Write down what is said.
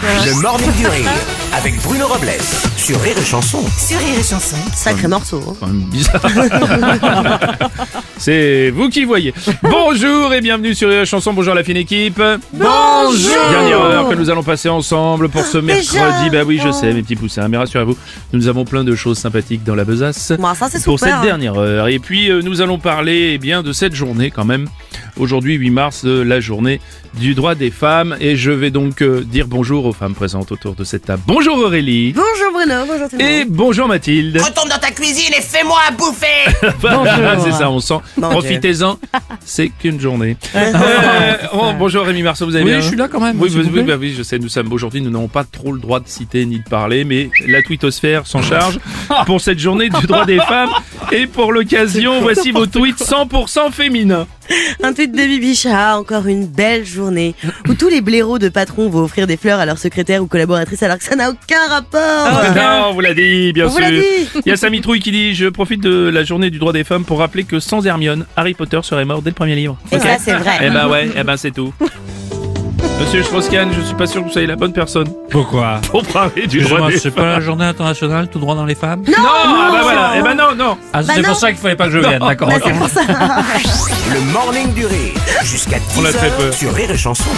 Le Morning du Rire avec Bruno Robles sur Rire et Chanson. sur Rire et Chanson. Sacré morceau. hein. quand même bizarre. C'est vous qui voyez. Bonjour et bienvenue sur la chanson. Bonjour la fine équipe. Bonjour. Dernière heure que nous allons passer ensemble pour ce mercredi. Déjà bah oui, je sais, mes petits poussins. Mais rassurez-vous, nous avons plein de choses sympathiques dans la besace. Bon, ça, c'est pour super, cette hein. dernière heure. Et puis euh, nous allons parler eh bien de cette journée quand même. Aujourd'hui 8 mars, euh, la journée du droit des femmes. Et je vais donc euh, dire bonjour aux femmes présentes autour de cette table. Bonjour Aurélie. Bonjour Bruno, bonjour tout le monde. Et bonjour Mathilde. Retombe dans ta cuisine et fais-moi à bouffer. Voilà, c'est ça, on sent. Mon Dieu. Ah. Profitez-en, c'est qu'une journée. Euh, oh, bonjour Rémi Marceau, vous allez bien je suis là quand même, Oui, s'il oui, vous oui, plaît. bah oui, je sais, nous sommes aujourd'hui, nous n'avons pas trop le droit de citer ni de parler, mais la twittosphère s'en charge pour cette journée du droit des femmes. Et pour l'occasion, voici vos tweets 100% féminins. Un tweet de Bibi Chah, encore une belle journée où tous les blaireaux de patrons vont offrir des fleurs à leurs secrétaires ou collaboratrices alors que ça n'a aucun Ah, rapport. Non, on vous l'a dit, Ah bien On vous sûr. l'a dit. Il y a Samy Trouille qui dit Je profite de la journée du droit des femmes pour rappeler que sans Hermione, Harry Potter serait mort dès le premier livre. Et Ok ça, c'est vrai. Eh ben ouais, eh ben c'est tout. Monsieur Strauss-Kahn, je suis pas sûr que vous soyez la bonne personne Pourquoi pour parler du droit Excusez-moi, des c'est pas la journée internationale tout droit dans les femmes Non, ah bah voilà, eh ben non, non. Ah, Bah c'est non. pour ça qu'il fallait pas que je vienne, d'accord. Bah, ok. c'est pour ça. Le Morning du Rire jusqu'à On l'a fait 10h peur. sur Rire et Chanson.